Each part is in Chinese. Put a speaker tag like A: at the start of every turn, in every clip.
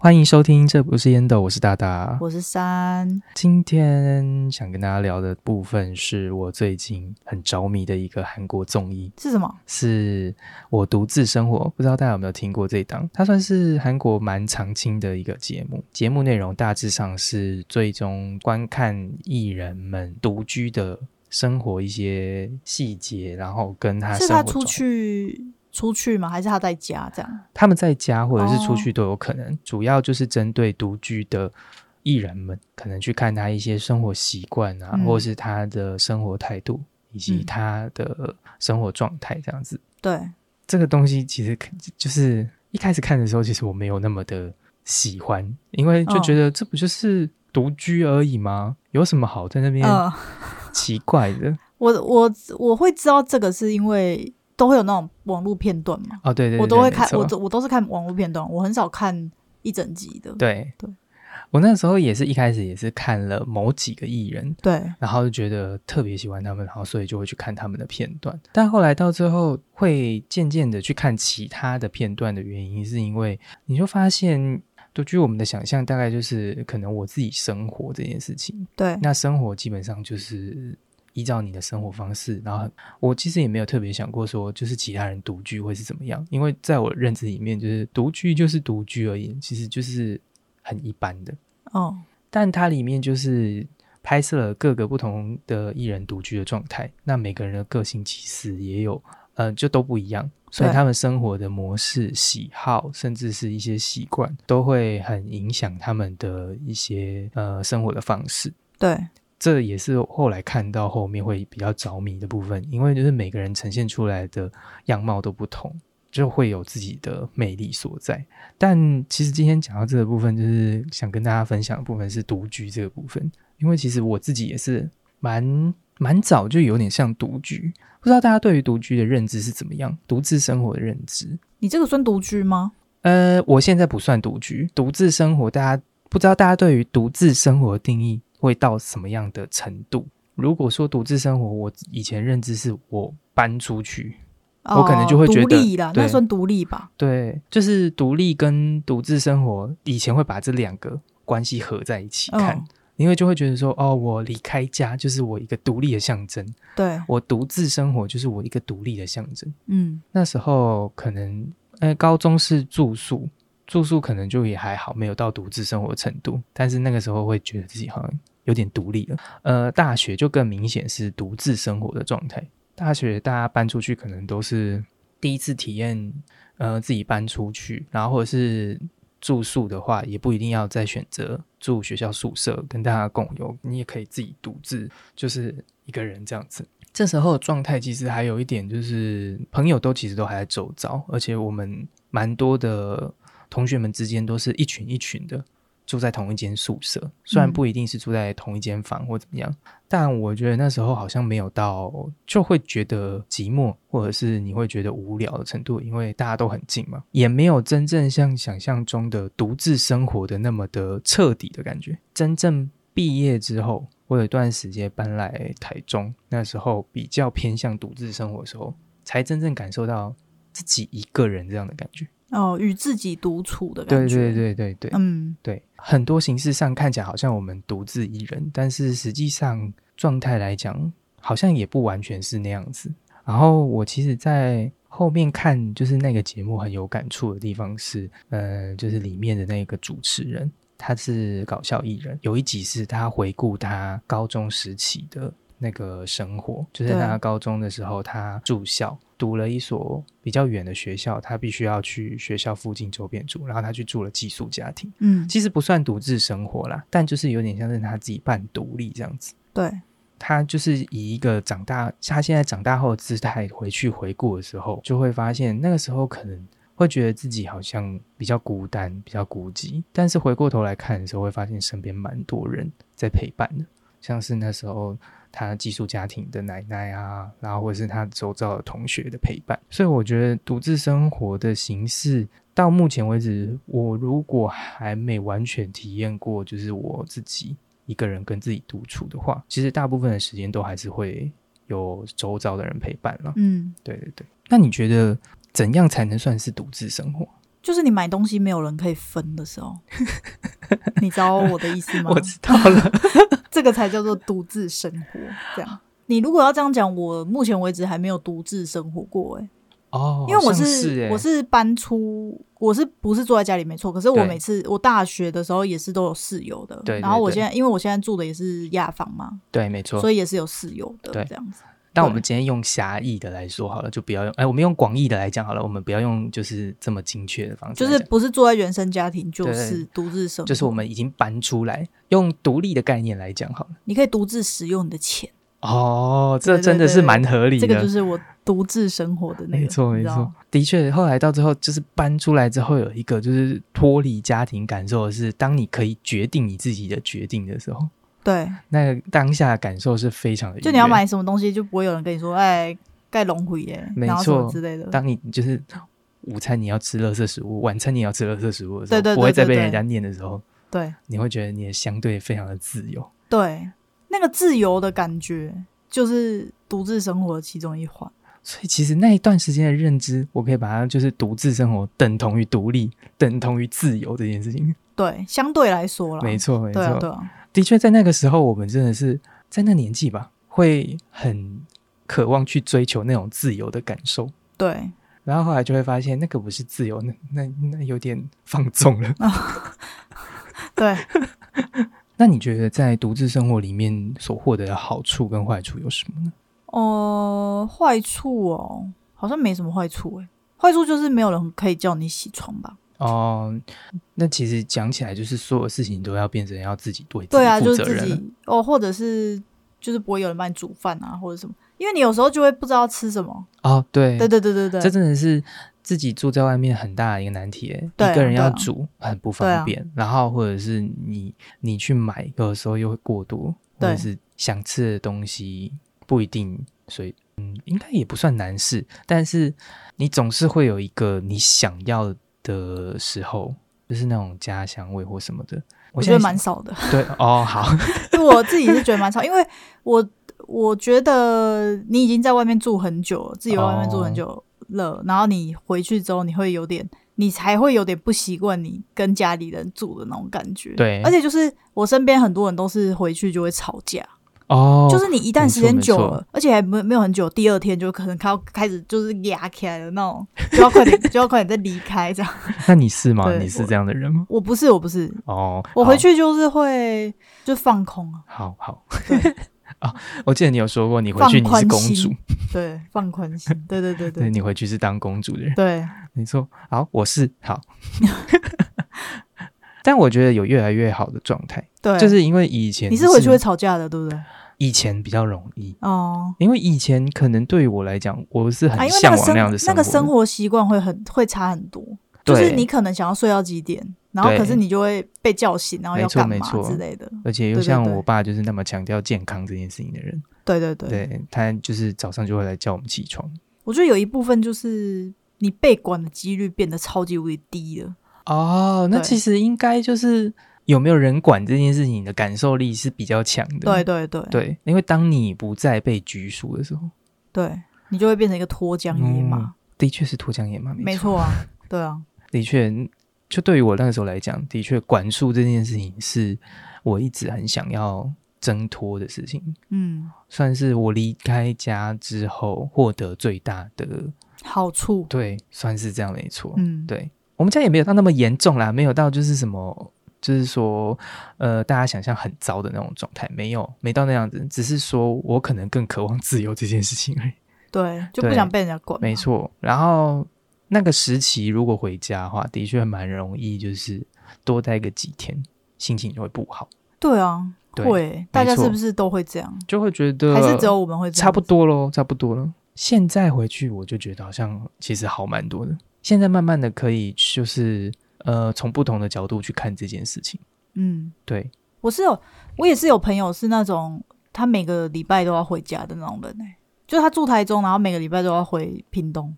A: 欢迎收听，这不是烟斗，我是大大。
B: 我是三，
A: 今天想跟大家聊的部分是我最近很着迷的一个韩国综艺，
B: 是什么？
A: 是我独自生活。不知道大家有没有听过这档？它算是韩国蛮常青的一个节目。节目内容大致上是最终观看艺人们独居的生活一些细节，然后跟他
B: 是
A: 生
B: 他
A: 活
B: 出
A: 中
B: 去出去吗？还是他在家这样？
A: 他们在家或者是出
B: 哦
A: 去都有可能，主要就是针对独居的艺人们，可能去看他一些生活习惯啊，
B: 嗯
A: 或者是他的生活态度以及
B: 嗯
A: 他的生活状态这样子。
B: 对，
A: 这个东西其实看就是一开始看的时候，其实我没有那么的喜欢，因为就
B: 哦
A: 觉得这不就是独居而已吗？有什么好在那边
B: 嗯，
A: 奇怪的？
B: 我我我会知道这个是因为都会有那种网络片段嘛，
A: 哦，对对对，
B: 我都会
A: 没
B: 看，
A: 错
B: 我都我都是看网络片段，我很少看一整集的。
A: 对
B: 对。
A: 我那时候也是一开始也是看了某几个艺人，
B: 对，
A: 然后就觉得特别喜欢他们，然后所以就会去看他们的片段。但后来到最后，会渐渐的去看其他的片段的原因，是因为你就发现，独居我们的想象大概就是可能我自己生活这件事情。
B: 对，
A: 那生活基本上就是依照你的生活方式，然后很我其实也没有特别想过说，就是其他人独居会是怎么样，因为在我认知里面，就是独居就是独居而已，其实就是很一般的。
B: 哦，
A: 但它里面就是拍摄了各个不同的艺人独居的状态，那每个人的个性其实也有，呃，就都不一样，所以
B: 对
A: 他们生活的模式、喜好，甚至是一些习惯，都会很影响他们的一些呃生活的方式。
B: 对，
A: 这也是后来看到后面会比较着迷的部分，因为就是每个人呈现出来的样貌都不同，就会有自己的魅力所在。但其实今天讲到这个部分，就是想跟大家分享的部分是独居这个部分，因为其实我自己也是蛮蛮早就有点像独居，不知道大家对于独居的认知是怎么样，独自生活的认知。
B: 你这个算独居吗？
A: 呃，我现在不算独居，独自生活，大家不知道大家对于独自生活的定义会到什么样的程度？如果说独自生活，我以前认知是我搬出去，我可能就会
B: 哦
A: 觉得
B: 独立啦，
A: 对
B: 那算独立吧？
A: 对，就是独立跟独自生活，以前会把这两个关系合在一起看，
B: 嗯，
A: 因为就会觉得说，哦，我离开家就是我一个独立的象征，
B: 对，
A: 我独自生活就是我一个独立的象征。
B: 嗯，
A: 那时候可能，呃，高中是住宿，住宿可能就也还好，没有到独自生活的程度。但是那个时候会觉得自己好像有点独立了。呃，大学就更明显是独自生活的状态。大学大家搬出去，可能都是第一次体验，呃，自己搬出去，然后或者是住宿的话，也不一定要再选择住学校宿舍跟大家共有，你也可以自己独自，就是一个人这样子。这时候的状态其实还有一点就是，朋友都其实都还在周遭，而且我们蛮多的同学们之间都是一群一群的住在同一间宿舍，虽然
B: 嗯
A: 不一定是住在同一间房或怎么样，但我觉得那时候好像没有到就会觉得寂寞，或者是你会觉得无聊的程度，因为大家都很近嘛，也没有真正像想象中的独自生活的那么的彻底的感觉。真正毕业之后，我有一段时间搬来台中，那时候比较偏向独自生活的时候，才真正感受到自己一个人这样的感觉。
B: 哦，与自己独处的
A: 对
B: 感觉，
A: 对，对对对，
B: 嗯，
A: 对，很多形式上看起来好像我们独自一人，但是实际上状态来讲，好像也不完全是那样子。然后我其实，在后面看就是那个节目很有感触的地方是，呃，就是里面的那个主持人，他是搞笑艺人，有一集是他回顾他高中时期的那个生活，就是
B: 对
A: 他高中的时候，他住校，读了一所比较远的学校，他必须要去学校附近周边住，然后他去住了寄宿家庭。
B: 嗯，
A: 其实不算独自生活啦，但就是有点像是他自己半独立这样子。
B: 对，
A: 他就是以一个长大，他现在长大后的姿态回去回顾的时候，就会发现那个时候可能会觉得自己好像比较孤单、比较孤寂，但是回过头来看的时候，会发现身边蛮多人在陪伴的，像是那时候他寄宿家庭的奶奶啊，然后或者是他周遭的同学的陪伴，所以我觉得独自生活的形式。到目前为止，我如果还没完全体验过，就是我自己一个人跟自己独处的话，其实大部分的时间都还是会有周遭的人陪伴了。
B: 嗯，
A: 对对对，那你觉得怎样才能算是独自生活？
B: 就是你买东西没有人可以分的时候， 你知道我的意思吗
A: 我？知道了，
B: 这个才叫做独自生活。这样，你如果要这样讲，我目前为止还没有独自生活过、欸，
A: 哦，
B: 因为我
A: 好像
B: 是
A: 是欸
B: 我是搬出，我是不是住在家里没错？可是我
A: 对
B: 每次我大学的时候也是都有室友的，
A: 对对
B: 然后我
A: 对
B: 现在因为我现在住的也是亚房嘛，
A: 对，没错。
B: 所以也是有室友的
A: 对
B: 这样子。
A: 但我们今天用狭义的来说好了，就不要用哎，我们用广义的来讲好了，我们不要用就是这么精确的方式
B: 就
A: 来
B: 是
A: 讲，
B: 不是住在原生家庭，就
A: 对
B: 是独自生活，
A: 就是我们已经搬出来，用独立的概念来讲好了。
B: 你可以独自使用你的钱，
A: 哦，这
B: 对对
A: 真的
B: 对
A: 是
B: 对
A: 蛮合理的，
B: 这个就是我独自生活的那个，
A: 没错没
B: 你知道
A: 错
B: 吗。，
A: 的确，后来到最后就是搬出来之后，有一个就是脱离家庭感受的是，当你可以决定你自己的决定的时候，
B: 对，
A: 那个当下的感受是非常的。
B: 就你要，买什么东西，就不会有人跟你说，哎，盖龙回耶，
A: 没
B: 然后什么
A: 错
B: 之类的。
A: 当你就是午餐你要吃垃圾食物，晚餐你要吃垃圾食物的时候，
B: 对对对
A: 不会再被
B: 对对
A: 人家念的时候，
B: 对
A: 你会觉得你也相对非常的自由。
B: 对，那个自由的感觉，就是独自生活的其中一环。
A: 所以其实那一段时间的认知，我可以把它就是独自生活等同于独立，等同于自由这件事情。
B: 对，相对来说啦，
A: 没错没错，
B: 对啊对啊，
A: 的确，在那个时候，我们真的是在那年纪吧，会很渴望去追求那种自由的感受。
B: 对，
A: 然后后来就会发现，那个不是自由，那那那有点放纵了。
B: 对，
A: 那你觉得在独自生活里面所获得的好处跟坏处有什么呢？
B: 哦，坏处哦，好像没什么坏处诶、坏处就是没有人可以叫你起床吧？
A: 哦，那其实讲起来，就是所有事情都要变成要自己对自
B: 对啊，
A: 己
B: 就
A: 负责
B: 是自
A: 任了。
B: 己哦，或者是就是不会有人帮你煮饭啊，或者什么，因为你有时候就会不知道吃什么。
A: 哦，对，
B: 对对对对对，
A: 这真的是自己住在外面很大的一个难题耶，
B: 对啊
A: 一个人要
B: 对啊
A: 煮很不
B: 对
A: 方
B: 啊
A: 便，然后或者是你你去买，有的时候又会过多，或者
B: 对
A: 是想吃的东西不一定，所以嗯，应该也不算难事，但是你总是会有一个你想要的时候，就是那种家乡味或什么的。
B: 我觉
A: 现
B: 得
A: 在
B: 蛮少的。
A: 对哦，好，
B: 我自己是觉得蛮吵，因为我我觉得你已经在外面住很久了，自己在外面住
A: 哦
B: 很久了，然后你回去之后，你会有点，你才会有点不习惯你跟家里人住的那种感觉。
A: 对
B: 而且就是我身边很多人都是回去就会吵架，
A: 哦，
B: 就是你一旦
A: 没
B: 时
A: 错
B: 间
A: 没
B: 久
A: 错
B: 了，而且还没没有很久，第二天就可能开开始就是压起来的那种，就要快点就要快点再离开这样。
A: 那你是吗？
B: 对
A: 你是
B: 我
A: 这样的人吗？
B: 我不是我不是，
A: 哦，
B: 我
A: 好
B: 回去就是会就放空啊，
A: 好好
B: 对。
A: 啊、我记得你有说过，你回
B: 放
A: 去你是
B: 宽
A: 公
B: 心
A: 主，
B: 对，放宽心，对对 对
A: 对
B: 对
A: 你回去是当公主的人，
B: 对。
A: 没错。好，我是好， 但我觉得有越来越好的状态，
B: 对，
A: 就是因为以前
B: 你是回去会吵架的，对不对？
A: 以前比较容易，
B: 哦，
A: 因为以前可能对于我来讲，我是
B: 啊，
A: 很
B: 因为那
A: 向
B: 个
A: 往
B: 生
A: 样的
B: 那个生
A: 活的，
B: 活习惯会很会差很多，就
A: 对，
B: 是你可能想要睡到几点，然后
A: 对
B: 可是你就会被叫醒，然后
A: 没
B: 要
A: 错
B: 干
A: 没
B: 嘛
A: 错
B: 之类的。
A: 而且又
B: 对对
A: 像
B: 对
A: 我爸就是那么强调健康这件事情的人，
B: 对对对，
A: 对他就是早上就会来叫我们起床。
B: 我觉得有一部分就是你被管的几率变得超级无敌低了。
A: 哦，那
B: 对
A: 其实应该就是有没有人管这件事情，你的感受力是比较强的。
B: 对对对
A: 对，因为当你不再被拘束的时候，
B: 对，你就会变成一个脱缰野马。
A: 的确是脱缰野马，嗯没
B: 没 错啊，对啊，
A: 的确，就对于我那个时候来讲，的确管束这件事情是我一直很想要挣脱的事情，
B: 嗯，
A: 算是我离开家之后获得最大的，
B: 好处，
A: 对，算是这样没错。
B: 嗯，
A: 对我们家也没有到那么严重啦，没有到就是什么。就是说，呃，大家想象很糟的那种状态，没有，没到那样子，只是说我可能更渴望自由这件事情而已。
B: 对，就不
A: 对
B: 想被人家管。
A: 没，错，然后那个时期如果回家的话，的确蛮容易，就是多待个几天，心情就会不好，
B: 对啊，
A: 对
B: 会，大家
A: 错
B: 是不是都会这样？
A: 就会觉得
B: 还是只有我们会这样？
A: 差不多咯，差不多了。现在回去我就觉得好像其实好蛮多的，现在慢慢的可以就是呃从不同的角度去看这件事情，
B: 嗯，
A: 对，
B: 我是有，我也是有朋友是那种他每个礼拜都要回家的那种人哎、就是他住台中，然后每个礼拜都要回屏东。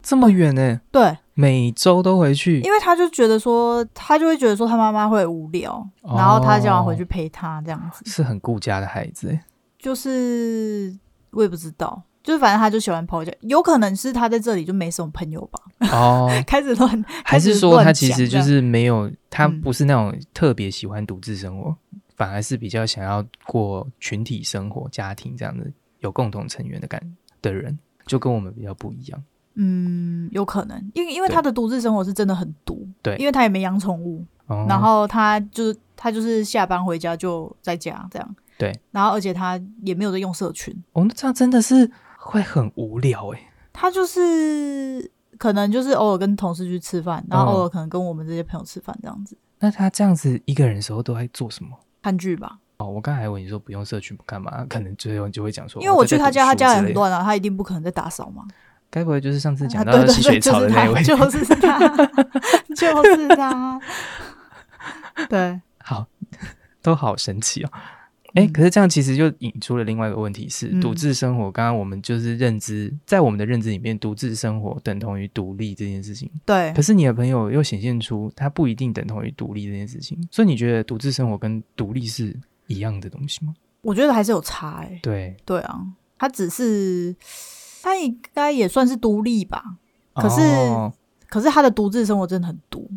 A: 这么远呢、
B: 对，
A: 每周都回去，
B: 因为他就觉得说，他就会觉得说他妈妈会无聊，
A: 哦
B: 然后他想要回去陪他这样子，
A: 是很顾家的孩子欸、
B: 就是我也不知道，就是反正他就喜欢跑脚，有可能是他在这里就没什么朋友吧，
A: 哦，
B: 开始乱，
A: 还是说他其实就
B: 开始乱讲这样
A: 是没有，他
B: 嗯
A: 不是那种特别喜欢独自生活，反而是比较想要过群体生活、家庭这样的有共同成员的感的人，就跟我们比较不一样。
B: 嗯，有可能，因为因为
A: 对
B: 他的独自生活是真的很独，
A: 对
B: 因为他也没养宠物，
A: 哦、
B: 然后他就是他就是下班回家就在家这样，
A: 对，
B: 然后而且他也没有在用社群，
A: 哦，那这样真的是会很无聊哎、
B: 他就是可能就是偶尔跟同事去吃饭，然后
A: 嗯
B: 偶尔可能跟我们这些朋友吃饭这样子，
A: 那他这样子一个人的时候都在做什么？
B: 看剧吧。
A: 哦，我刚才还问你说不用社群不干嘛，可能最后你就会讲说，哦
B: 因为我去
A: 在
B: 他
A: 读
B: 家，他
A: 书
B: 家
A: 之
B: 也很
A: 类的，
B: 乱啊，他一定不可能在打扫嘛。
A: 该不会就是上次
B: 啊
A: 讲
B: 对
A: 到
B: 对
A: 吸
B: 对，
A: 血
B: 就
A: 草
B: 是
A: 的
B: 他，
A: 那 一位？
B: 就是 他，就是他。对，
A: 好，都好神奇哦。哎、
B: 嗯
A: 可是这样其实就引出了另外一个问题是，
B: 嗯
A: 独自生活。刚刚我们就是认知，在我们的认知里面，独自生活等同于独立这件事情。
B: 对
A: 可，是你的朋友又显现出，他不一定等同于独立这件事情。所以你觉得独自生活跟独立是一样的东西吗？
B: 我觉得还是有差哎、
A: 对，
B: 对啊，他只是他应该也算是独立吧，可是
A: 哦、
B: 可是他的独自生活真的很独。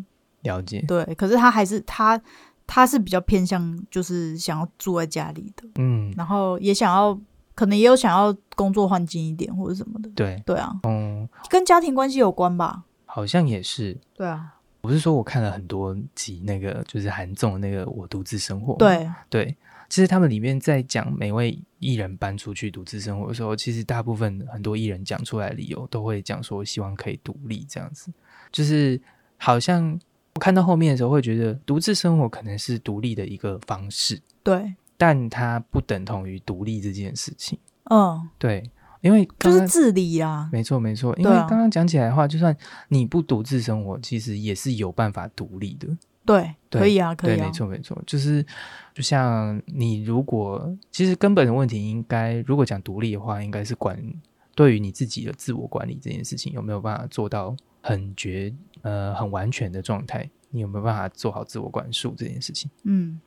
A: 了解，
B: 对，可是他还是他他是比较偏向就是想要住在家里的，
A: 嗯，
B: 然后也想要可能也有想要工作换近一点或者什么的。
A: 对，
B: 对啊，
A: 嗯，
B: 跟家庭关系有关吧？
A: 好像也是。
B: 对啊，
A: 我不是说我看了很多集那个就是韩综的那个《我独自生活》吗
B: 对，
A: 对，其实他们里面在讲每位艺人搬出去独自生活的时候，其实大部分很多艺人讲出来的理由都会讲说希望可以独立这样子，就是好像我看到后面的时候会觉得独自生活可能是独立的一个方式，
B: 对，
A: 但它不等同于独立这件事情。
B: 嗯，
A: 对，因为
B: 就
A: 刚
B: 是
A: 刚
B: 自理啊。
A: 没错没错，因为
B: 对啊
A: 刚刚讲起来的话，就算你不独自生活，其实也是有办法独立的。
B: 对，
A: 对
B: 可以啊，可
A: 对，
B: 以啊
A: 没。错，没错，就是就像你如果其实根本的问题，应该如果讲独立的话，应该是管对于你自己的自我管理这件事情有没有办法做到很绝呃很完全的状态，你有没有办法做好自我管束这件事情？
B: 嗯，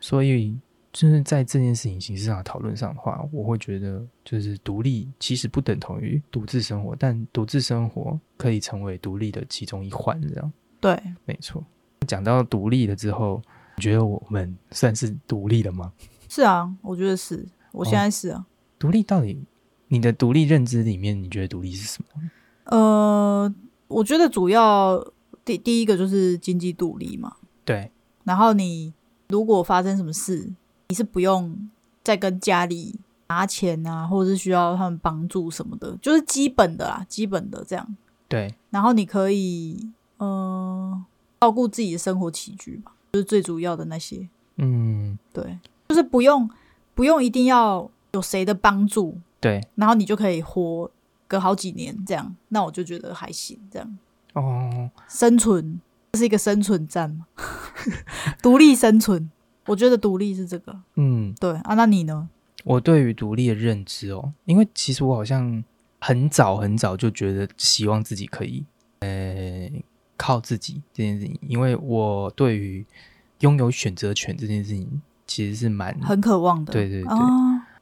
A: 所以就是在这件事情形式上的讨论上的话，我会觉得就是独立其实不等同于独自生活，但独自生活可以成为独立的其中一环，这样。
B: 对，
A: 没错。讲到独立了之后，你觉得我们算是独立了吗？
B: 是啊，我觉得是，我现
A: 哦
B: 在是啊。
A: 独立到底你的独立认知里面，你觉得独立是什么？
B: 呃，我觉得主要第第一个就是经济独立嘛，
A: 对，
B: 然后你如果发生什么事，你是不用再跟家里拿钱啊，或者是需要他们帮助什么的，就是基本的啦，基本的这样。
A: 对，
B: 然后你可以，呃，照顾自己的生活起居吧，就是最主要的那些。
A: 嗯，
B: 对，就是不用不用一定要有谁的帮助，
A: 对，
B: 然后你就可以活个好几年这样。那我就觉得还行，这样
A: 哦，
B: 生存这是一个生存战 嘛，独立生存。我觉得独立是这个，
A: 嗯，
B: 对啊，那你呢？
A: 我对于独立的认知哦，因为其实我好像很早很早就觉得希望自己可以，呃，靠自己这件事情，因为我对于拥有选择权这件事情其实是蛮
B: 很渴望的，
A: 嗯对对对
B: 啊，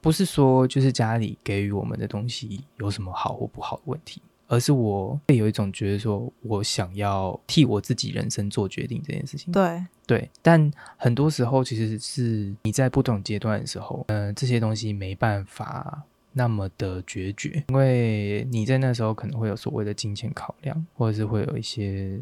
A: 不是说就是家里给予我们的东西有什么好或不好的问题，而是我会有一种觉得说我想要替我自己人生做决定这件事情。
B: 对
A: 对，但很多时候其实是你在不同阶段的时候，呃，这些东西没办法那么的决绝，因为你在那时候可能会有所谓的金钱考量，或者是会有一些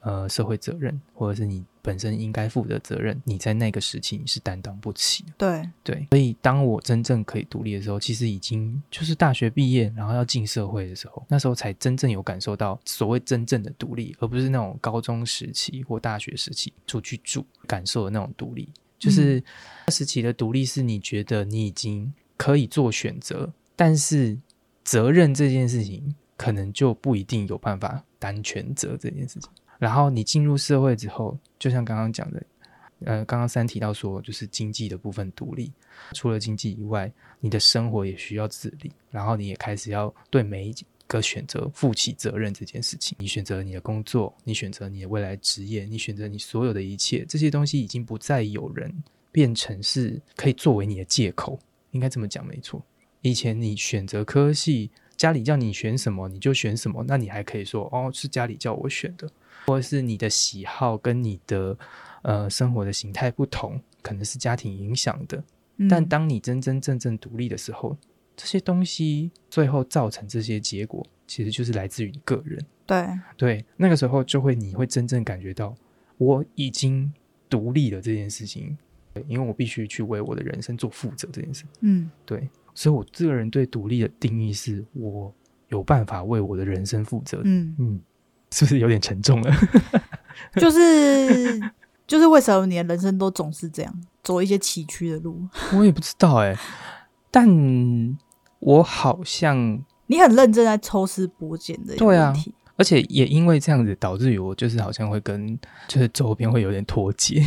A: 呃社会责任，或者是你本身应该负的责任，你在那个时期你是担当不起的。
B: 对
A: 对，所以当我真正可以独立的时候，其实已经就是大学毕业，然后要进社会的时候，那时候才真正有感受到所谓真正的独立，而不是那种高中时期或大学时期出去住感受的那种独立。就是那时期的独立，是你觉得你已经可以做选择，但是责任这件事情可能就不一定有办法担全责这件事情。然后你进入社会之后，就像刚刚讲的，呃，刚刚三提到说，就是经济的部分独立，除了经济以外，你的生活也需要自理，然后你也开始要对每一个选择负起责任这件事情。你选择你的工作，你选择你的未来职业，你选择你所有的一切，这些东西已经不再有人变成是可以作为你的借口，应该这么讲没错。以前你选择科系，家里叫你选什么你就选什么，那你还可以说哦是家里叫我选的，或者是你的喜好跟你的呃生活的形态不同，可能是家庭影响的。
B: 嗯
A: 但当你真真正正独立的时候，这些东西最后造成这些结果，其实就是来自于你个人。
B: 对，
A: 对，那个时候就会你会真正感觉到我已经独立了这件事情，对因为我必须去为我的人生做负责这件事。
B: 嗯
A: 对，所以我这个人对独立的定义是我有办法为我的人生负责。
B: 嗯，
A: 嗯，是不是有点沉重了？
B: 就是就是为什么你的人生都总是这样，走一些崎岖的路？
A: 我也不知道哎、但我好像
B: 你很认真在抽丝剥茧的一个
A: 对啊
B: 问题。
A: 而且也因为这样子，导致于我就是好像会跟就是周边会有点脱节，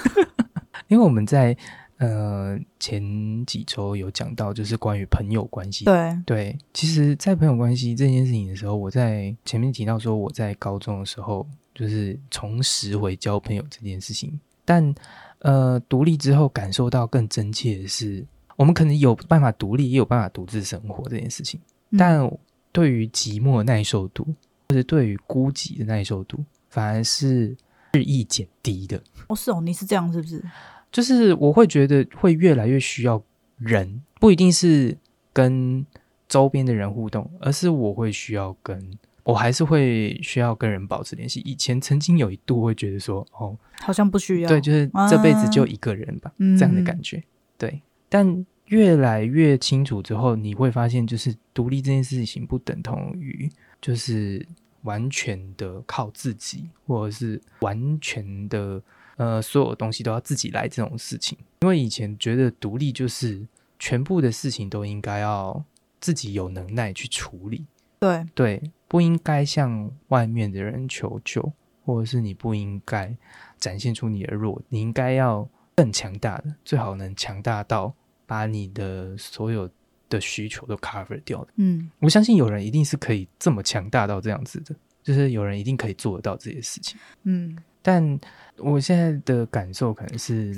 A: 因为我们在呃前几周有讲到，就是关于朋友关系。
B: 对，
A: 对，其实，在朋友关系这件事情的时候，我在前面提到说，我在高中的时候就是重拾回交朋友这件事情，但呃，独立之后感受到更真切的是，我们可能有办法独立，也有办法独自生活这件事情。
B: 嗯
A: 但对于寂寞的耐受度，或者对于孤寂的耐受度，反而是日益减低的。
B: 哦是哦，你是这样是不是？
A: 就是我会觉得会越来越需要人，不一定是跟周边的人互动，而是我会需要跟，我还是会需要跟人保持联系。以前曾经有一度会觉得说，哦，
B: 好像不需要。啊嗯
A: 对，就是这辈子就一个人吧，这样的感
B: 觉。
A: 觉。对，但越来越清楚之后，你会发现，就是独立这件事情不等同于就是完全的靠自己，或者是完全的呃所有东西都要自己来这种事情。因为以前觉得独立就是全部的事情都应该要自己有能耐去处理，
B: 对，
A: 对，不应该向外面的人求救，或者是你不应该展现出你的弱，你应该要更强大的，最好能强大到把你的所有的需求都 cover 掉的。
B: 嗯，
A: 我相信有人一定是可以这么强大到这样子的，就是有人一定可以做得到这些事情。
B: 嗯，
A: 但我现在的感受可能是，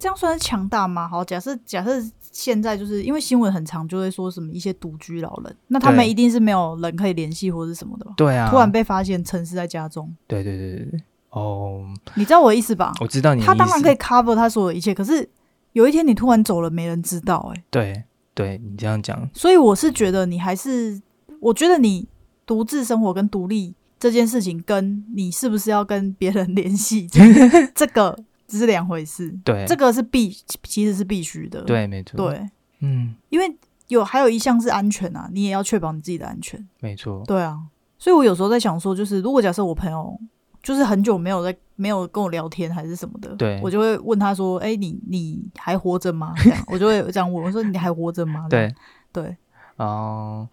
B: 这样算是强大吗？好，假设假设现在就是因为新闻很长，就会说什么一些独居老人，那他们
A: 对
B: 一定是没有人可以联系或者什么的吧？
A: 对啊，
B: 突然被发现沉尸在家中，
A: 对，对对对对对，哦，
B: 你知道我的意思吧？
A: 我知道你的
B: 他当
A: 意
B: 然
A: 思
B: 可以 cover 他所有一切，可是有一天你突然走了，没人知道、欸，哎，
A: 对，对你这样讲，
B: 所以我是觉得你还是，我觉得你独自生活跟独立这件事情，跟你是不是要跟别人联 系，这个这个这是两回事，
A: 对，
B: 这个是必其实是必须的，
A: 对，没错，，
B: 对，
A: 嗯，
B: 因为有还有一项是安全啊，你也要确保你自己的安全。
A: 没错，
B: 对啊，所以我有时候在想说，就是如果假设我朋友就是很久没有在没有跟我聊天还是什么的，
A: 对
B: 我就会问他说：“哎、你你还活着吗？” 这样我就会这样问我说：“你还活着吗？”
A: 对，
B: 对，
A: 哦、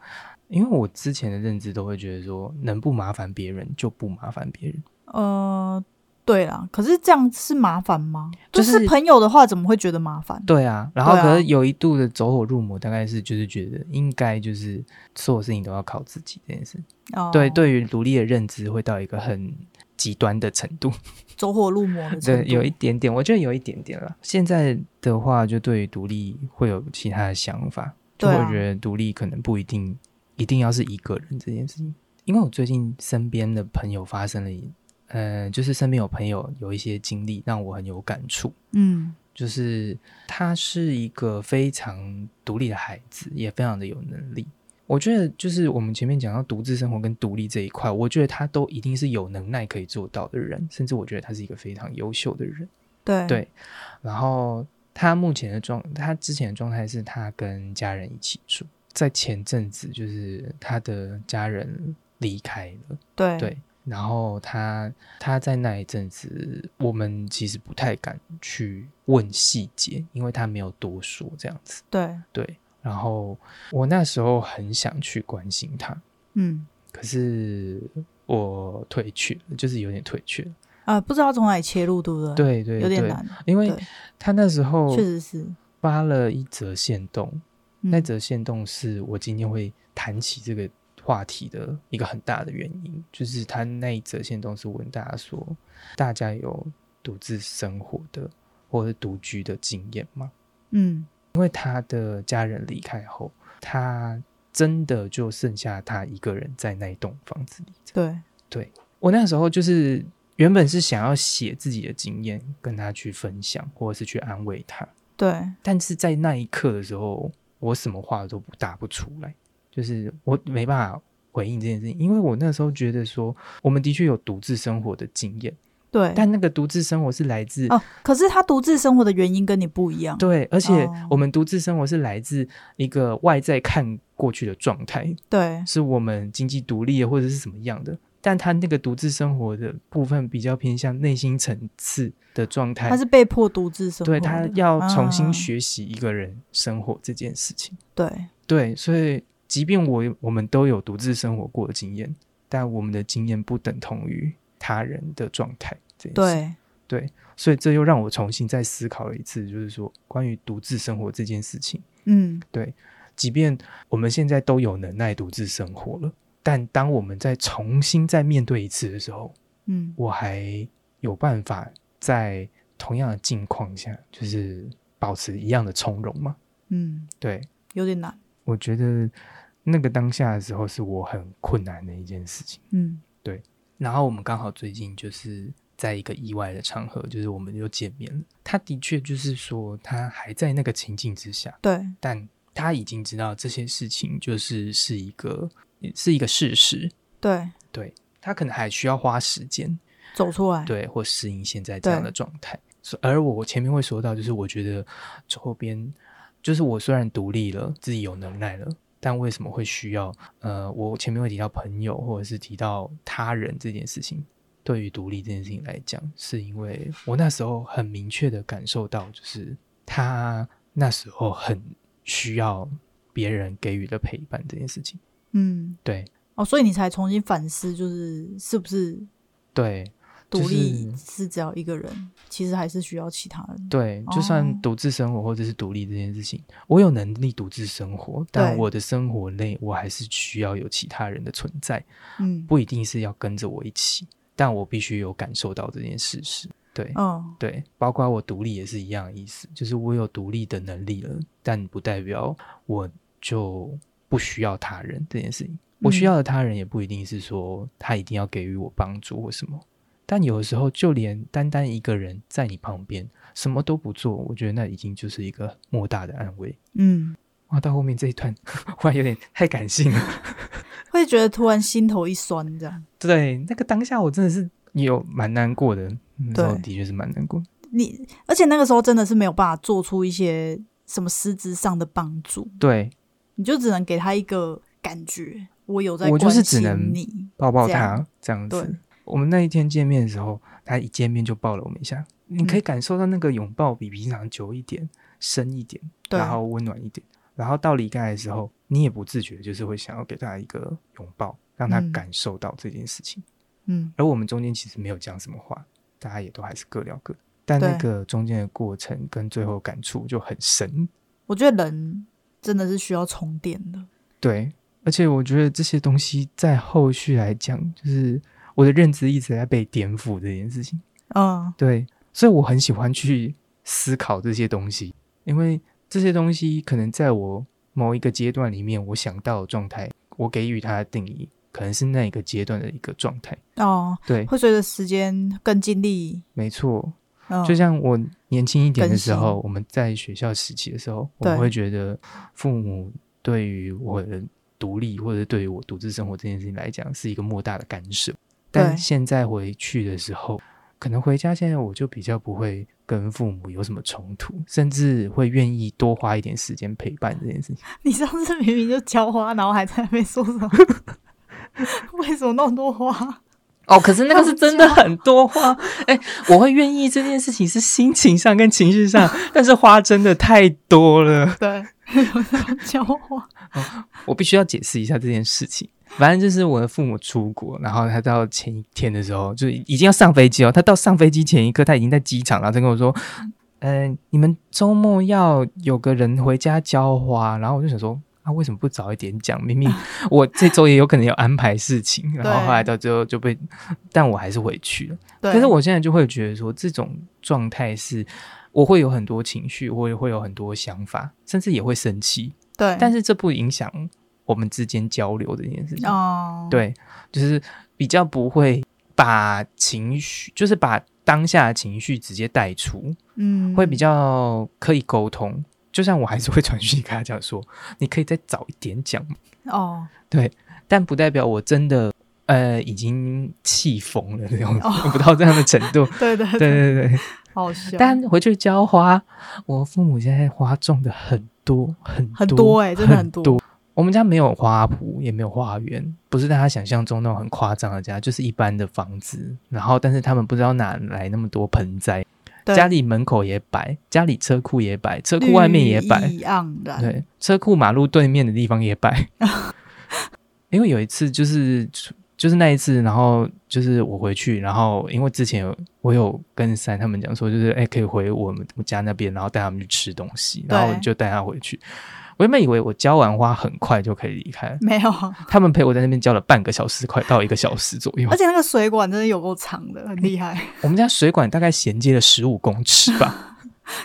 A: 因为我之前的认知都会觉得说，能不麻烦别人就不麻烦别人。
B: 呃，对啦。可是这样是麻烦吗？
A: 就是
B: 是朋友的话，怎么会觉得麻烦？
A: 对啊，然后
B: 对啊
A: 可是有一度的走火入魔，大概是就是觉得应该就是所有事情都要靠自己这件事。
B: 哦、
A: 对，，对于独立的认知会到一个很极端的程度。
B: 走火入魔的程
A: 对
B: 度，，
A: 有一点点，我觉得有一点点了。现在的话，就对于独立会有其他的想法，就
B: 对啊
A: 会觉得独立可能不一定一定要是一个人这件事情。因为我最近身边的朋友发生了一，呃，就是身边有朋友有一些经历让我很有感触。
B: 嗯
A: 就是他是一个非常独立的孩子，也非常的有能力。我觉得就是我们前面讲到独自生活跟独立这一块，我觉得他都一定是有能耐可以做到的人，甚至我觉得他是一个非常优秀的人。
B: 对
A: 对然后他目前的状，他之前的状态是他跟家人一起住，在前阵子就是他的家人离开了，
B: 对
A: 对，然后他他在那一阵子，我们其实不太敢去问细节，因为他没有多说这样子。
B: 对
A: 对，然后我那时候很想去关心他，
B: 嗯
A: 可是我退却了，就是有点退却了。
B: 啊、不知道从哪里切入，对不对？
A: 对对
B: 嗯有点
A: 对，
B: 难，
A: 因为
B: 对
A: 他那时候
B: 确实是。
A: 发了一则线动，
B: 嗯
A: 那则线动是我今天会谈起这个话题的一个很大的原因，就是他那一则线动是问大家说，大家有独自生活的或者独居的经验吗？
B: 嗯
A: 因为他的家人离开后，他真的就剩下他一个人在那一栋房子里。
B: 对，
A: 我那时候就是原本是想要写自己的经验跟他去分享，或者是去安慰他，
B: 对，
A: 但是在那一刻的时候，我什么话都不打不出来，就是我没办法回应这件事情，因为我那时候觉得说，我们的确有独自生活的经验，
B: 对。
A: 但那个独自生活是来自、
B: 哦，可是他独自生活的原因跟你不一样。
A: 对，而且
B: 哦
A: 我们独自生活是来自一个外在看过去的状
B: 嗯
A: 态，
B: 对，
A: 是我们经济独立或者是什么样的。但他那个独自生活的部分比较偏向内心层次的状态
B: 他，是被迫独自生活
A: 对
B: 的。
A: 他要重
B: 啊
A: 新学习一个人生活这件事情。
B: 对
A: 对，所以即便我我们都有独自生活过的经验，但我们的经验不等同于他人的状态这件事。
B: 对
A: 所以这又让我重新再思考了一次，就是说关于独自生活这件事情。
B: 嗯，
A: 即便我们现在都有能耐独自生活了，但当我们再重新再面对一次的时候，
B: 嗯，
A: 我还有办法在同样的境况下，就是保持一样的从容吗？
B: 嗯，
A: 对
B: 有点难。
A: 我觉得那个当下的时候是我很困难的一件事情。
B: 嗯
A: 然后我们刚好最近就是在一个意外的场合，就是我们又见面了。他的确就是说，他还在那个情境之下，，
B: 对，
A: 但他已经知道这些事情就是是一个是一个事实，
B: 对，
A: 他可能还需要花时间，
B: 走出来。
A: 对，或适应现在这样
B: 对
A: 的状态。所而我前面会说到，就是我觉得后边就是我虽然独立了，自己有能耐了。但为什么会需要？呃，我前面会提到朋友，或者是提到他人这件事情，对于独立这件事情来讲，是因为我那时候很明确的感受到，就是他那时候很需要别人给予的陪伴这件事情。
B: 嗯，
A: 对
B: 哦，所以你才重新反思，就是是不是
A: 对，
B: 独
A: 就是
B: 立是只要一个人，其实还是需要其他人。
A: 对，
B: 哦
A: 就算独自生活或者是独立这件事情，我有能力独自生活，但
B: 对
A: 我的生活内我还是需要有其他人的存在，
B: 嗯
A: 不一定是要跟着我一起，但我必须有感受到这件事实。对，
B: 嗯，
A: 对，包括我独立也是一样的意思，就是我有独立的能力了，但不代表我就不需要他人这件事情。我需
B: 嗯
A: 要的他人也不一定是说他一定要给予我帮助或什么，但有的时候就连单单一个人在你旁边什么都不做，我觉得那已经就是一个莫大的安慰。
B: 嗯，
A: 哇，到后面这一段 忽然有点太感性了。
B: 会觉得突然心头一酸，这样。
A: 对，那个当下我真的是有蛮难过的，那时候
B: 对
A: 的确是蛮难过的。
B: 你而且那个时候真的是没有办法做出一些什么实质上的帮助，
A: 对，
B: 你就只能给他一个感觉，我有在
A: 我就
B: 关
A: 是只
B: 心
A: 能
B: 你。
A: 抱抱
B: 这
A: 他
B: 样
A: 这样
B: 对
A: 子。我们那一天见面的时候，他一见面就抱了我们一下，你可以
B: 嗯
A: 感受到那个拥抱比平常久一点、深一点，
B: 对啊嗯
A: 然后温暖一点。然后到离开的时候，你也不自觉就是会想要给他一个拥抱，让他
B: 嗯
A: 感受到这件事情。
B: 嗯，
A: 而我们中间其实没有讲什么话，大家也都还是各聊各。但那
B: 对
A: 个中间的过程跟最后感触就很深，
B: 我觉得人真的是需要充电的。
A: 对，而且我觉得这些东西在后续来讲，就是我的认知一直在被颠覆这件事情。
B: 嗯，
A: 对，所以我很喜欢去思考这些东西，因为这些东西可能在我某一个阶段里面，我想到的状态，我给予它的定义，可能是那一个阶段的一个状态。
B: 哦，
A: 对，
B: 会随着时间跟经历，
A: 没错，
B: 嗯，
A: 就像我年轻一点的
B: 更
A: 时候，
B: 新
A: 我们在学校时期的时候，我
B: 对
A: 们会觉得父母对于我的独立或者对于我独自生活这件事情来讲是一个莫大的干涉。但
B: 对
A: 现在回去的时候，可能回家现在我就比较不会跟父母有什么冲突，甚至会愿意多花一点时间陪伴这件事情。
B: 你上次明明就浇花，然后还在那边说什 么？为什么那么多花？
A: 哦，可是那个是真 的很多花，哎、我会愿意这件事情是心情上跟情绪 上，但是花真的太多了。
B: 对， 浇花。
A: 我必须要解释一下这件事情。反正就是我的父母出国，然后他到前一天的时候，就已经要上飞机哦。他到上飞机前一刻，他已经在机场，然后他跟我说：“嗯、你们周末要有个人回家浇花。”然后我就想说：“啊，为什么不早一点讲？明明我这周也有可能有安排事情。”然后后来到最后就被，但我还是回去了。
B: 对，
A: 可是我现在就会觉得说，这种状态是我会有很多情绪，我也会有很多想法，甚至也会生气。
B: 对，
A: 但
B: 是
A: 是这不影响我们之间交流这件事情。
B: 哦，，
A: 对，就是比较不会把情绪，就是把当下的情绪直接带出，
B: 嗯，
A: 会比较可以沟通。就像我还是会传讯跟他讲说，你可以再早一点讲，
B: 哦，
A: 但不代表我真的呃已经气疯了那种，
B: 哦
A: 不到这样的程 度。
B: 对对
A: 对对对，
B: 好笑，
A: 但回去浇花，我父母现在花种的很多很多
B: 很多哎、真的很
A: 很
B: 多，
A: 我们家没有花圃，也没有花园，不是大家想象中那种很夸张的家，就是一般的房子。然后，但是他们不知道哪来那么多盆栽，
B: 对
A: 家里门口也摆，家里车库也摆，车
B: 绿
A: 库外面也摆，
B: 意盎然，
A: 对，车库马路对面的地方也摆。因为有一次就是就是那一次，然后就是我回去，然后因为之前有我有跟珊他们讲说，就是哎、可以回我们我家那边，然后带他们去吃东西，然后
B: 对
A: 就带他回去。我原本以为我浇完花很快就可以离 开，
B: 没有，
A: 他们陪我在那边浇了半个小时，快到一个小时左右
B: 而。且那个水管真的有够长的，很厉 害，
A: 我们家水管大概衔接了十五公尺吧。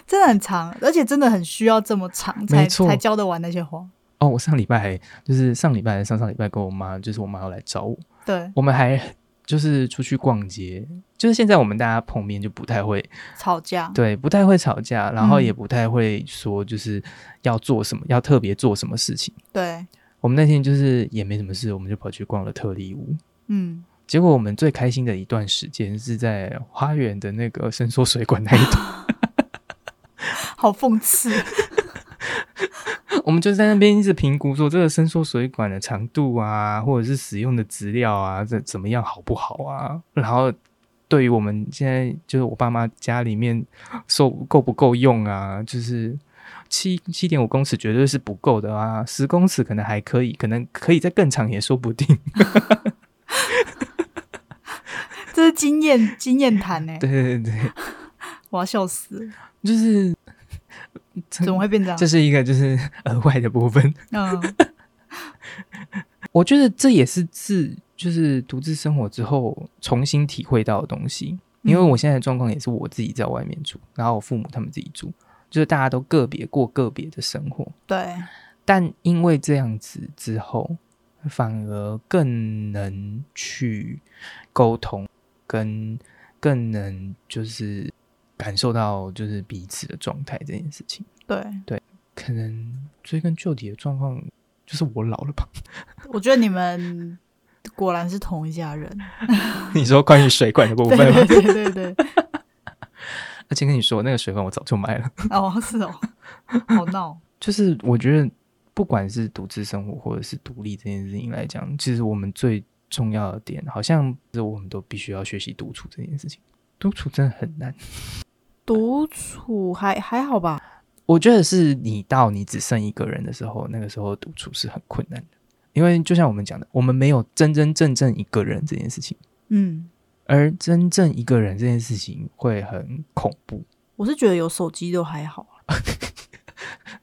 B: 真的很长，而且真的很需要这么长才
A: 没错
B: 才浇得完那些花。
A: 哦，我上礼拜还就是上礼拜还是上上礼拜跟我妈，就是我妈要来找我，
B: 对，
A: 我们还就是出去逛街。就是现在我们大家碰面就不太会，
B: 吵架，
A: 对，不太会吵架，然后
B: 嗯
A: 也不太会说就是要做什么，要特别做什么事情。
B: 对，
A: 我们那天就是也没什么事，我们就跑去逛了特利屋。
B: 嗯，
A: 结果我们最开心的一段时间是在花园的那个伸缩水管那一段。
B: 好讽刺，
A: 我们就在那边一直评估说这个伸缩水管的长度啊，或者是使用的资料啊，这怎么样好不好啊？然后对于我们现在就是我爸妈家里面受够不够用啊，就是七七点五公尺绝对是不够的啊，十公尺可能还可以，可能可以再更长也说不定。
B: 这是经验经验谈呢，
A: 对对对，
B: 我要笑死了，
A: 就是
B: 怎么会变这样
A: 这？是一个就是 额外的部分。
B: 嗯，
A: 我觉得这也是自就是独自生活之后重新体会到的东西。 因
B: 嗯
A: 为我现在的状况也是我自己在外面住，然后我父母他们自己住，就是大家都个别过个别的生活。
B: 对，
A: 但因为这样子之后，反而更能去沟通，跟更能就是感受到就是彼此的状态这件事情。
B: 对，
A: 可能追根究底的状况就是我老了吧？
B: 我觉得你们果然是同一家人，
A: 你说关于水管的部
B: 对
A: 分吗？
B: 对对对对，
A: 而且跟你说，那个水管我早就买了。
B: 哦，是哦，好 闹，
A: 就是我觉得，不管是独自生活或者是独立这件事情来讲，其实我们最重要的点，好像是我们都必须要学习独处这件事情。独处真的很难，
B: 独处还还好吧？
A: 我觉得是你到你只剩一个人的时候，那个时候独处是很困难的，因为就像我们讲的，我们没有真真正正一个人这件事情，
B: 嗯，
A: 而真正一个人这件事情会很恐怖。
B: 我是觉得有手机都还好啊，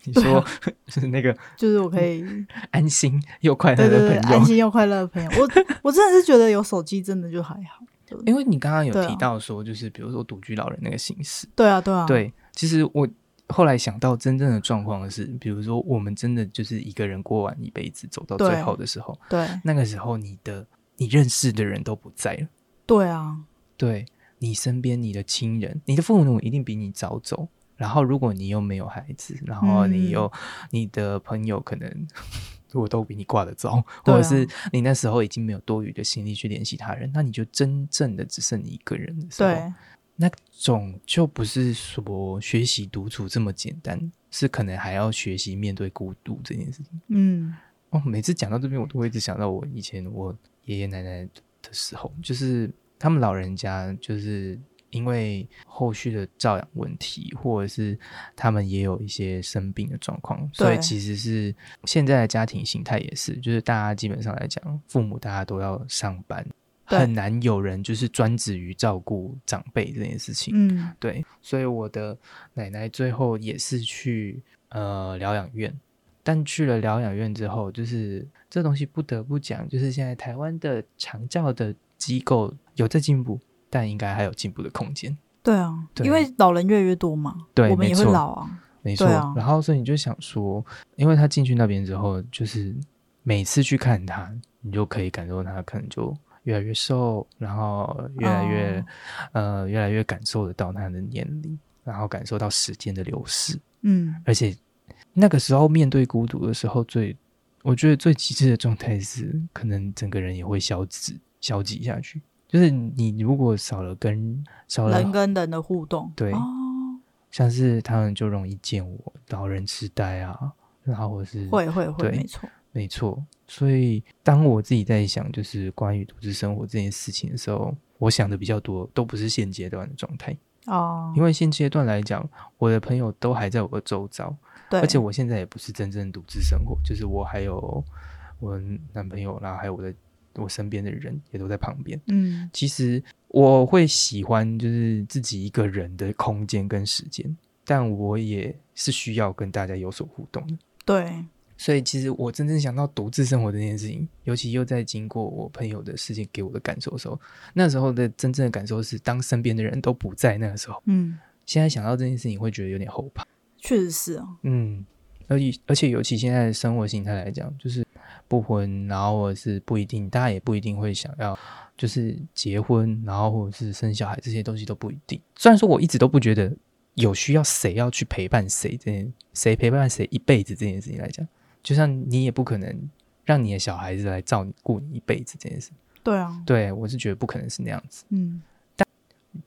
A: 你
B: 对
A: 说
B: 啊
A: 就是那个
B: 就是我可 以，
A: 安心又快乐
B: 对对对，
A: 的朋友
B: 安，心又快乐的朋友， 我我真的是觉得有手机真的就还好。
A: 因为你刚刚有
B: 对啊
A: 提到说，就是比如说独居老人那个形式，
B: 对啊，对啊，，
A: 对，其实我后来想到真正的状况是，比如说我们真的就是一个人过完一辈子，走到
B: 对
A: 最后的时候，
B: 对，
A: 那个时候你的你认识的人都不在了，
B: 对啊，
A: 对你身边你的亲人，你的父母一定比你早走。然后，如果你又没有孩子，然后你
B: 嗯
A: 又、你的朋友可能 如果都比你挂得早，
B: 对
A: 或
B: 啊
A: 者是你那时候已经没有多余的心力去联系他人，那你就真正的只剩你一个人的时候，
B: 对，
A: 那种就不是说学习独处这么简单，是可能还要学习面对孤独这件事情。
B: 嗯，
A: 哦，每次讲到这边，我都会一直想到我以前我爷爷奶奶的时候，就是他们老人家就是因为后续的照养问题，或者是他们也有一些生病的状况，所以
B: 对
A: 其实是现在的家庭形态也是，就是大家基本上来讲，父母大家都要上班，
B: 对
A: 很难有人就是专职于照顾长辈这件事情。
B: 嗯，
A: 对，所以我的奶奶最后也是去呃疗养院，但去了疗养院之后，就是这东西不得不讲，就是现在台湾的长教的机构有在进步，但应该还有进步的空间。
B: 对啊，
A: 对
B: 因为老人越来越多嘛，
A: 对
B: 我们也会
A: 没错
B: 老啊，
A: 没错。
B: 对啊
A: 然后所以你就想说，因为他进去那边之后，就是每次去看他，你就可以感受他可能就越来越瘦，然后越来越、
B: 哦
A: 呃越来越感受得到他的年龄，然后感受到时间的流逝，
B: 嗯，
A: 而且那个时候面对孤独的时候最我觉得最极致的状态是，可能整个人也会消极消极下去。就是你如果少了跟少了
B: 人跟人的互动，
A: 对
B: 哦，
A: 像是他们就容易见我老人痴呆啊，然后我是
B: 会会会，
A: 对
B: 没错，
A: 没错。所以当我自己在想就是关于独自生活这件事情的时候，我想的比较多都不是现阶段的状态，
B: 哦，
A: 因为现阶段来讲，我的朋友都还在我的周遭，
B: 对，
A: 而且我现在也不是真正独自生活，就是我还有我男朋友啦，还有我的我身边的人也都在旁边。
B: 嗯，
A: 其实我会喜欢就是自己一个人的空间跟时间，但我也是需要跟大家有所互动的。
B: 对，
A: 所以其实我真正想到独自生活这件事情，尤其又在经过我朋友的事情给我的感受的时候，那时候的真正的感受是，当身边的人都不在那个时候，
B: 嗯，
A: 现在想到这件事情会觉得有点后怕。
B: 确实是啊，
A: 嗯，而且而且尤其现在的生活形态来讲，就是不婚，然后或者是不一定，大家也不一定会想要就是结婚，然后或者是生小孩这些东西都不一定。虽然说我一直都不觉得有需要谁要去陪伴谁这件，谁陪伴谁一辈子这件事情来讲，就像你也不可能让你的小孩子来照顾你一辈子这件事，
B: 对啊，
A: 对我是觉得不可能是那样子。
B: 嗯，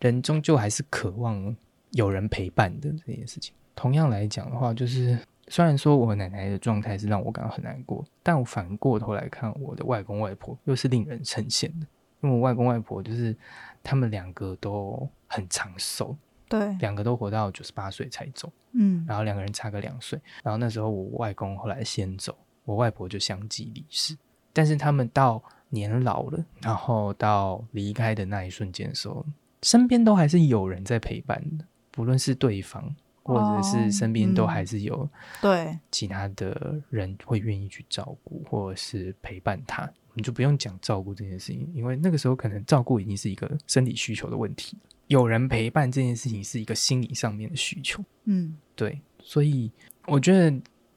A: 人终究还是渴望有人陪伴的这件事情。同样来讲的话，就是虽然说我奶奶的状态是让我感到很难过，但我反过头来看我的外公外婆，又是令人称羡的。因为我外公外婆就是他们两个都很长寿，
B: 对，
A: 两个都活到九十八岁才走，
B: 嗯，
A: 然后两个人差个两岁。然后那时候我外公后来先走，我外婆就相继离世。但是他们到年老了，然后到离开的那一瞬间的时候，身边都还是有人在陪伴的，不论是对方或者
B: 哦
A: 是身边都
B: 嗯
A: 还是有
B: 对，
A: 其他的人会愿意去照顾或者是陪伴他。你就不用讲照顾这件事情，因为那个时候可能照顾已经是一个生理需求的问题，有人陪伴这件事情是一个心理上面的需求。
B: 嗯，
A: 对，所以我觉得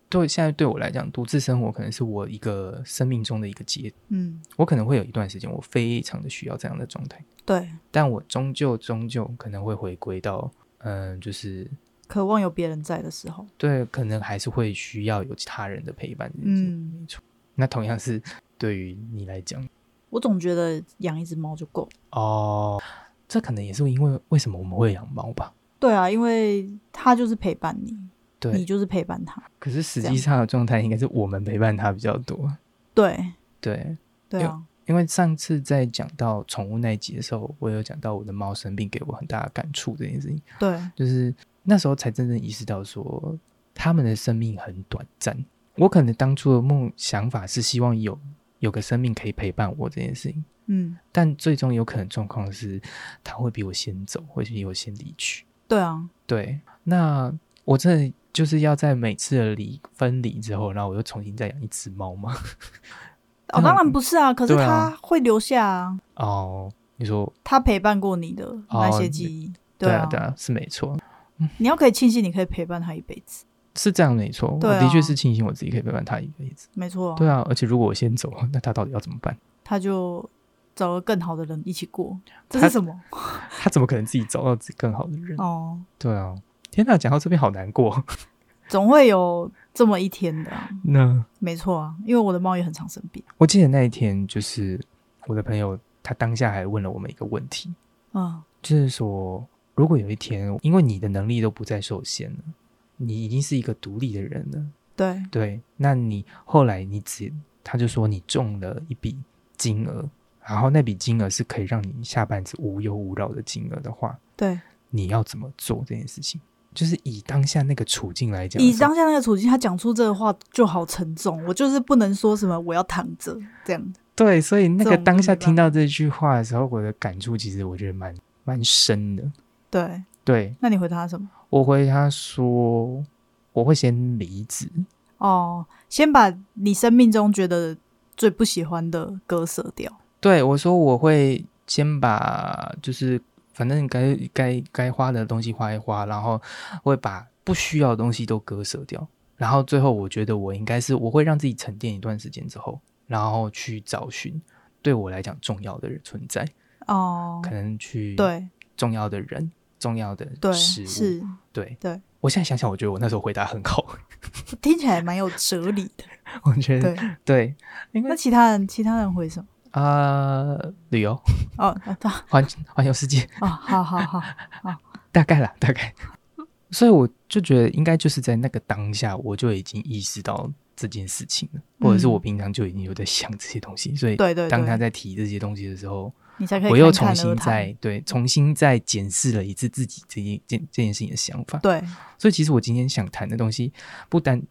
A: 对现在对我来讲，独自生活可能是我一个生命中的一个节，
B: 嗯，
A: 我可能会有一段时间，我非常的需要这样的状态，
B: 对，
A: 但我终究终究可能会回归到，嗯、就是
B: 渴望有别人在的时候，
A: 对，可能还是会需要有他人的陪伴这件事情。
B: 嗯，
A: 那同样是对于你来讲，
B: 我总觉得养一只猫就够了。
A: 哦，这可能也是因为为什么我们会养猫吧？
B: 对啊，因为它就是陪伴你，你
A: 对，
B: 就是陪伴它。
A: 可是实
B: 这
A: 际
B: 样
A: 上的状态应该是我们陪伴它比较多。
B: 对，
A: 对，
B: 对啊，
A: 因为上次在讲到宠物那一集的时候，我有讲到我的猫生病给我很大的感触这件事情，
B: 对，
A: 就是那时候才真正意识到说，它们的生命很短暂。我可能当初的梦想法是希望有有个生命可以陪伴我这件事情，
B: 嗯，
A: 但最终有可能状况是，它会比我先走，会比我先离去。
B: 对啊，
A: 对，那我真的就是要在每次的离分离之后，然后我又重新再养一只猫吗？
B: 哦，
A: 那
B: 当然不是啊，可是
A: 对
B: 它
A: 啊
B: 会留下啊，
A: 哦，你说
B: 它陪伴过你的那些
A: 哦
B: 记忆。
A: 对
B: 啊，
A: 对啊，是没错。
B: 你要可以庆幸你可以陪伴它一辈子，
A: 是这样没错，
B: 对啊
A: 我的确是庆幸我自己可以陪伴他一辈子。
B: 没错啊，
A: 对啊，而且如果我先走，那他到底要怎么办？
B: 它就找个更好的人一起过，这
A: 它
B: 是什么？
A: 他怎么可能自己找到自己更好的人？
B: 哦，
A: 对啊，天哪，讲到这边好难过。
B: 总会有这么一天的啊、
A: 那
B: 没错啊，因为我的猫也很常生病，
A: 我记得那一天，就是我的朋友，他当下还问了我们一个问题，
B: 嗯，
A: 就是说，如果有一天，因为你的能力都不再受限了，你已经是一个独立的人了，
B: 对，
A: 对，那你后来你只，他就说你中了一笔金额，然后那笔金额是可以让你下半子无忧无扰的金额的话，
B: 对，
A: 你要怎么做这件事情？就是以当下那个处境来讲的
B: 以
A: 时候，
B: 当下那个处境，他讲出这个话就好沉重，我就是不能说什么我要躺着这样。
A: 对，所以那
B: 这
A: 个
B: 种
A: 当下
B: 没办
A: 听到这句话的时候，我的感触其实我觉得蛮蛮深的。
B: 对，
A: 对
B: 那你回答他什么？
A: 我回他说，我会先离职，
B: 哦，先把你生命中觉得最不喜欢的割舍掉。
A: 对我说我会先把就是反正该该该花的东西花一花，然后会把不需要的东西都割舍掉。然后最后，我觉得我应该是我会让自己沉淀一段时间之后，然后去找寻对我来讲重要的人存在，
B: 哦，
A: 可能去
B: 对
A: 重要的人、重要的
B: 对
A: 事物。
B: 是，
A: 对
B: 对，
A: 我现在想想，我觉得我那时候回答很好，
B: 听起来蛮有哲理的。
A: 我觉得
B: 对，
A: 对因为
B: 那其他人其他人回什么？
A: 啊、旅游
B: 哦，啊对啊
A: 环环游世界，
B: 哦，好好 好，
A: 大概啦，大概。 所以我就觉得应该就是在那个当下，我就已经意识到这件事情了，或者是我平常就已经有在想这些东西，所以
B: 嗯对对
A: 当他
B: 对，
A: 在提这些东西的时候，
B: 你才可以
A: 我又
B: 侃
A: 重
B: 侃而
A: 新
B: 谈
A: 再对重新再检视了一次自己这一件这件事情的想法。
B: 对
A: 所以其实我今天想谈的东西，不单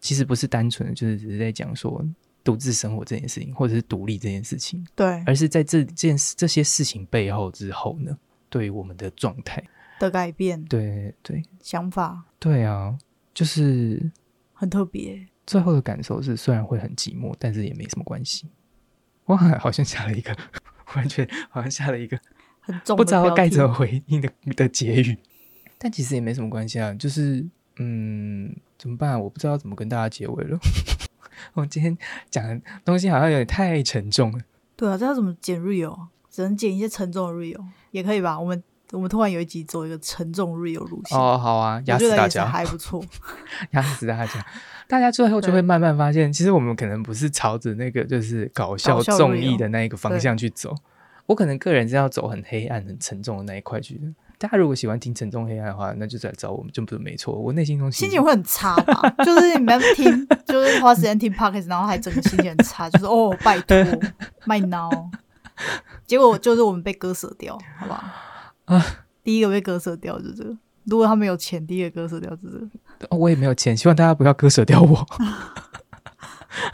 A: 其实不是单纯的，就是只是在讲说独自生活这件事情，或者是独立这件事情，
B: 对
A: 而是在这件事这些事情背后之后呢，对于我们的状态，
B: 的改变
A: 对对
B: 想法
A: 对啊，就是
B: 很特别，
A: 最后的感受是，虽然会很寂寞，但是也没什么关系。哇，好像下了一个，完全好像下了一个
B: 很重
A: 不
B: 的
A: 知道
B: 标
A: 该
B: 题
A: 怎么回应的的结 语。但其实也没什么关系啊，就是嗯，怎么办？我不知道怎么跟大家结尾了。 我今天讲的东西好像有点太沉重了。
B: 对啊，这要怎么剪 real？只能剪一些沉重的 real 也可以吧？我们我们突然有一集走一个沉重 real 路线，
A: 哦，好啊，
B: 我
A: 压
B: 觉
A: 死
B: 得
A: 大
B: 也是
A: 家，
B: 还 不错。
A: 压死大家，大家最后就
B: 对
A: 会慢慢发现，其实我们可能不是朝着那个就是搞笑
B: 搞笑
A: 综
B: real
A: 艺的那一个方向去走。我可能个人是要走很黑暗、很沉重的那一块去的。大家如果喜欢听沉重黑暗的话，那就来找我们，就不是没错。我内心中其
B: 心
A: 实
B: 情会很差吧？就是你们听， 就是花时间听 podcast，然后还整个心情很差，就是哦，拜 托，卖挠。结果就是我们被割舍掉，好吧？
A: 啊
B: 第一个被割舍掉就是这个。如果他们有钱，第一个割舍掉就是这个。
A: 哦我也没有钱，希望大家不要割舍掉我。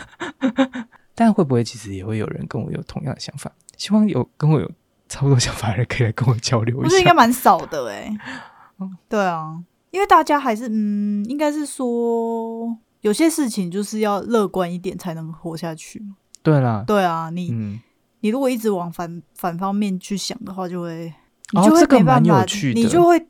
A: 但会不会其实也会有人跟我有同样的想法？希望有跟我有差不多想法的人可以来跟我交流
B: 我
A: 一
B: 觉得应该
A: 下。
B: 蛮少的哎、
A: 嗯
B: 对啊，因为大家还是嗯，应该是说有些事情就是要乐观一点才能活下去。
A: 对啦，
B: 对啊，你、
A: 嗯，
B: 你如果一直往反反方面去想的话，就会你
A: 哦
B: 就会
A: 这个
B: 没办
A: 蛮有
B: 法，
A: 趣的
B: 你就会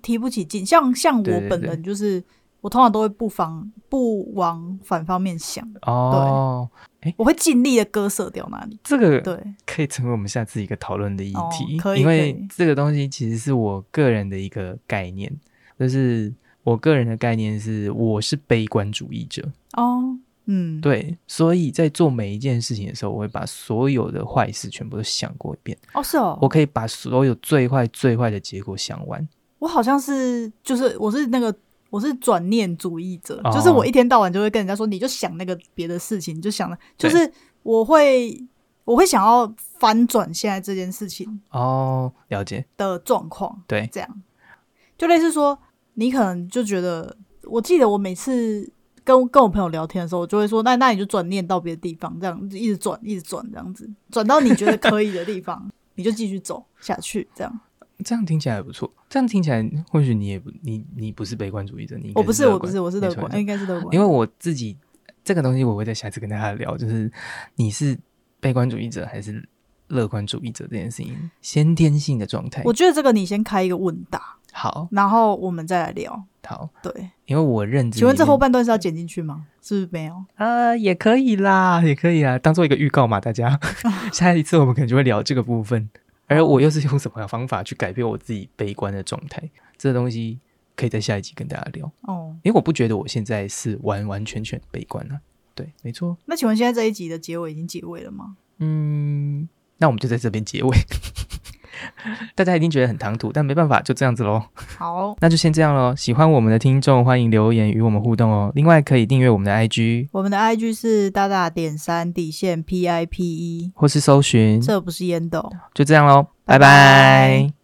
B: 提不起劲。像像我
A: 对对
B: 本
A: 对
B: 人就是，我通常都会不防不往反方面想，
A: 哦，
B: 我会尽力的割舍掉那里。
A: 这个
B: 对
A: 可以成为我们下次一个讨论的议
B: 哦
A: 题，
B: 可以
A: 因
B: 可
A: 为
B: 以
A: 这个东西其实是我个人的一个概念，就是我个人的概念是我是悲观主义者，
B: 哦，嗯，
A: 对，所以在做每一件事情的时候，我会把所有的坏事全部都想过一遍，
B: 哦是哦，
A: 我可以把所有最坏最坏的结果想完。
B: 我好像是就是我是那个我是转念主义者，
A: 哦
B: 就是我一天到晚就会跟人家说，你就想那个别的事情，你就想了，就
A: 对
B: 是我会我会想要翻转现在这件事情
A: 哦，了解，
B: 的状况，
A: 对，
B: 这样就类似说，你可能就觉得，我记得我每次跟跟我朋友聊天的时候，我就会说，那那你就转念到别的地方，这样一直转一直转 这样子，转到你觉得可以的地方，你就继续走下去，这样。
A: 这样听起来还不错。这样听起来，或许你也不，你你不是悲观主义者，你应该
B: 我不是，
A: 乐
B: 我不
A: 观
B: 是，我是
A: 没
B: 乐
A: 错
B: 观，
A: 没错
B: 应该是乐观，
A: 哎因为我自己这个东西，我会在下次跟大家聊，就是你是悲观主义者还是乐观主义者这件事情，先天性的状态
B: 我。觉得这个你先开一个问答，
A: 好
B: 然后我们再来聊。
A: 好，
B: 对，
A: 因为我认知里面，
B: 请问这后半段是要剪进去吗？是不是没有？
A: 呃也可以啦，也可以啦，当做一个预告嘛，大 家下一次我们可能就会聊这个部分。而我又是用什么方法去改变我自己悲观的状态？这个东西可以在下一集跟大家聊，
B: 哦，
A: 因为我不觉得我现在是完完全全悲观了、对，没错。
B: 那请问现在这一集的结尾已经结尾了吗？
A: 嗯，那我们就在这边结尾。 大家一定觉得很唐突，但没办法，就这样子喽。
B: 好，
A: 那就先这样喽。喜欢我们的听众，欢迎留言与我们互动哦。另外，可以订阅我们的 IG，
B: 我们的 IG 是大大点三底线 P I P E，
A: 或是搜寻。
B: 这不是烟斗。
A: 就这样喽，拜拜
B: 拜拜